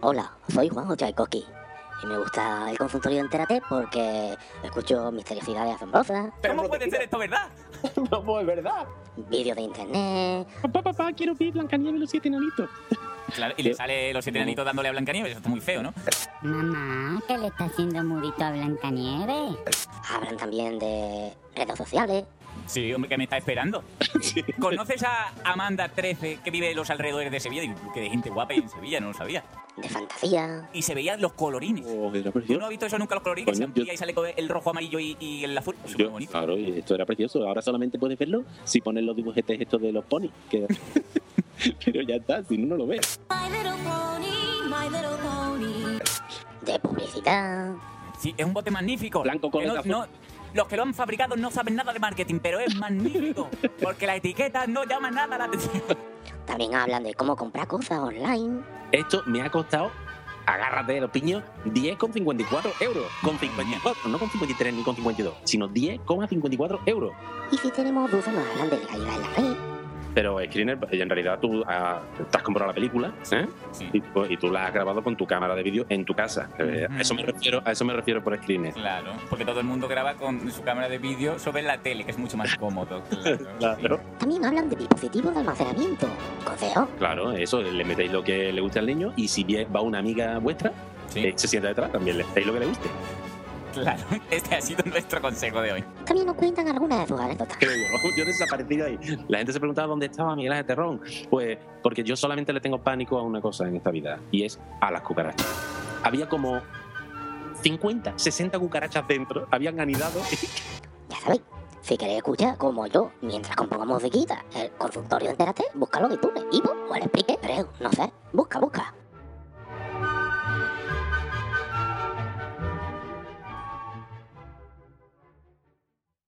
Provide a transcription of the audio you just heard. Hola, soy Juanjo Tchaikovsky y me gusta el consultorio Entérate porque escucho misteriosidades asombrosas, Pero no ¿Cómo te puede pido. ser esto verdad? No, pues, ¿verdad? vídeos de internet. Papá, papá, quiero ver Blancanieves y los siete enanitos. Claro, y le sale los siete enanitos dándole a Blancanieves. Eso está muy feo, ¿no? Mamá, ¿qué le está haciendo Murito a Blancanieves? Hablan también de redes sociales. Sí, hombre, que me está esperando. ¿Conoces a Amanda 13 que vive en los alrededores de Sevilla? Y que de gente guapa y en Sevilla, no lo sabía. de fantasía. Y se veían los colorines. Oh, ¿Tú era no has precioso. visto eso nunca, los colorines? Coño, Se amplía yo- y sale co- el rojo, amarillo y, y el azul. Eso es muy Yo, bonito. claro, y esto era precioso. Ahora solamente puedes verlo si pones los dibujetes estos de los ponis. Que... Pero ya está, si no, no lo ves. de publicidad. Sí, es un bote magnífico. Blanco con Que no- el azul. no- los que lo han fabricado no saben nada de marketing, pero es magnífico. Porque la etiqueta no llama nada la atención. También hablan de cómo comprar cosas online. Esto me ha costado, agárrate de los piños, 10,54 euros. Con 54, no con 53 ni con 52, sino 10,54 euros. Y si tenemos dudas nos hablan de legalidad en la red. Pero Screener, en realidad tú ah, te has comprado la película, ¿eh? Sí, Y, tú- y tú la has grabado con tu cámara de vídeo en tu casa. Eh, Ujú. a, eso me refiero, a eso me refiero por Screener. claro. Porque todo el mundo graba con su cámara de vídeo sobre la tele, que es mucho más cómodo. Claro. Claro, También hablan de dispositivos de almacenamiento. Consejo, claro, eso le metéis lo que le guste al niño y si bien va una amiga vuestra, Sí, eh, se sienta detrás, también le metéis lo que le guste. claro. Este ha sido nuestro consejo de hoy. también nos cuentan algunas de sus anécdotas. Creo yo, yo desaparecí de ahí. La gente se preguntaba dónde estaba Miguel Ángel Terrón. Pues porque yo solamente le tengo pánico a una cosa en esta vida y es a las cucarachas. Había como 50, 60 cucarachas dentro, habían anidado. Ya sabéis, si queréis escuchar como yo mientras compongo musiquita, el consultorio entérate, búscalo en YouTube, Ivo o el explique, creo, no sé. Busca, busca.